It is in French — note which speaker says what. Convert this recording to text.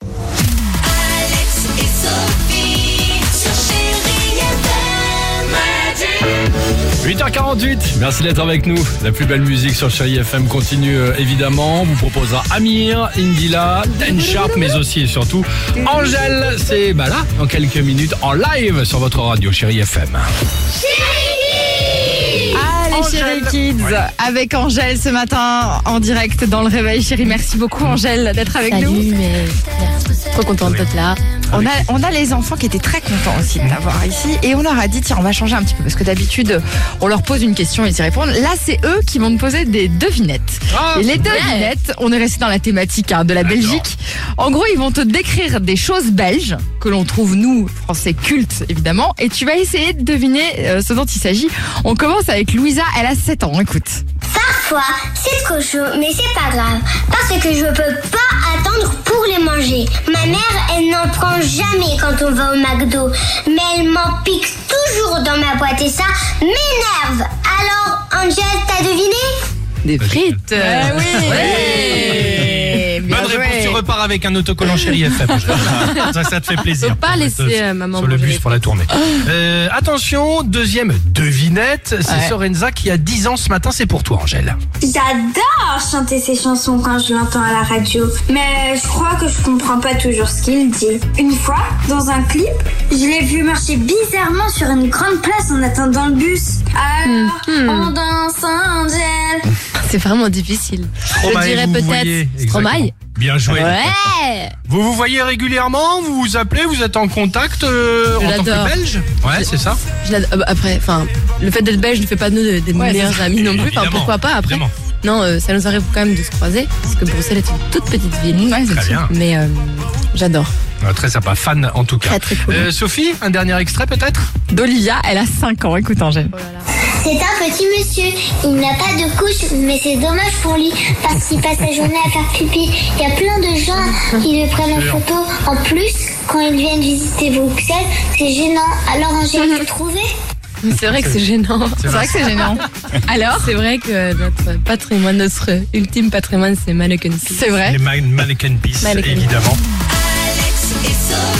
Speaker 1: Alex et Sophie sur Chérie FM.
Speaker 2: 8h48, merci d'être avec nous. La plus belle musique sur Chéri FM continue euh, évidemment. On vous proposera Amir, Indila, Dan Sharp, mais aussi et surtout Angèle. C'est bah là, dans quelques minutes, en live sur votre radio Chéri FM.
Speaker 3: Ah les
Speaker 2: Angèle.
Speaker 3: chéri kids avec Angèle ce matin en direct dans le réveil chérie merci beaucoup Angèle d'être avec
Speaker 4: Salut,
Speaker 3: nous
Speaker 4: mais merci. trop contente d'être là.
Speaker 3: on a, on a les enfants qui étaient très contents aussi de t'avoir ici et on leur a dit tiens on va changer un petit peu parce que d'habitude on leur pose une question et ils y répondent là c'est eux qui vont nous poser des devinettes
Speaker 2: Ah,
Speaker 3: et les devinettes on est resté dans la thématique hein, de la Belgique en gros ils vont te décrire des choses belges que l'on trouve nous français cultes évidemment et tu vas essayer de deviner euh, ce dont il s'agit on commence avec Louisa elle a 7 ans écoute
Speaker 5: Parfois, c'est trop chaud, mais c'est pas grave, parce que je peux pas attendre pour les manger. Ma mère, elle n'en prend jamais quand on va au McDo, mais elle m'en pique toujours dans ma boîte et ça m'énerve. Alors, Angèle, t'as deviné
Speaker 3: Des frites oui Bien
Speaker 2: Bonne
Speaker 3: joué.
Speaker 2: réponse, tu repars avec un autocollant Chéri FM. ça, ça te fait plaisir.
Speaker 4: Faut pas laisser,
Speaker 2: Sur-
Speaker 4: euh, maman Ah.
Speaker 2: Sur le
Speaker 4: manger
Speaker 2: bus
Speaker 4: les
Speaker 2: pour la tournée. Euh, attention, deuxième devinette, c'est
Speaker 3: Ouais.
Speaker 2: Sorenza qui a 10 ans ce matin. C'est pour toi, Angèle.
Speaker 5: J'adore chanter ces chansons quand je l'entends à la radio, mais je crois que je comprends pas toujours ce qu'il dit. Une fois, dans un clip, je l'ai vu marcher bizarrement sur une grande place en attendant le bus. Alors, on danse, Angèle.
Speaker 4: C'est vraiment difficile.
Speaker 2: Stromae,
Speaker 4: je dirais
Speaker 2: vous vous voyez,
Speaker 4: peut-être
Speaker 2: exactement.
Speaker 4: Stromae.
Speaker 2: Bien joué.
Speaker 4: Ouais.
Speaker 2: Vous vous voyez régulièrement, vous vous appelez, vous êtes en contact euh,
Speaker 4: Je
Speaker 2: en tant que
Speaker 4: l'adore.
Speaker 2: belge Ouais, c'est ça.
Speaker 4: Je l'ad- euh, après, enfin, le fait d'être belge ne fait pas de nous des
Speaker 3: Ouais,
Speaker 4: meilleurs amis non plus. Enfin,
Speaker 2: Évidemment,
Speaker 4: pourquoi pas après
Speaker 2: évidemment.
Speaker 4: Non, euh, ça nous arrive quand même de se croiser parce que Bruxelles est une toute petite ville.
Speaker 3: Ouais, c'est
Speaker 2: Très
Speaker 3: sûr.
Speaker 2: bien.
Speaker 4: Mais euh, j'adore.
Speaker 2: Ah, très sympa, fan en tout cas.
Speaker 4: Très, très cool.
Speaker 2: Euh, Sophie, un dernier extrait peut-être
Speaker 3: D'Olivia, elle a 5 ans. Écoute, Angèle.
Speaker 5: C'est un petit monsieur. Il n'a pas de couche, mais c'est dommage pour lui parce qu'il passe sa journée à faire pipi. Il y a plein de gens qui le prennent en photo. En plus, quand ils viennent visiter Bruxelles, c'est gênant. Alors Angèle, vous trouvez
Speaker 4: C'est vrai que c'est gênant.
Speaker 3: C'est vrai que c'est gênant.
Speaker 4: Alors C'est vrai que notre patrimoine, notre ultime patrimoine, c'est Mannequin Pie.
Speaker 3: C'est vrai.
Speaker 2: Les Man- Mannequin Peace,
Speaker 4: Mannequin.
Speaker 2: évidemment.
Speaker 1: Alex et Sophie.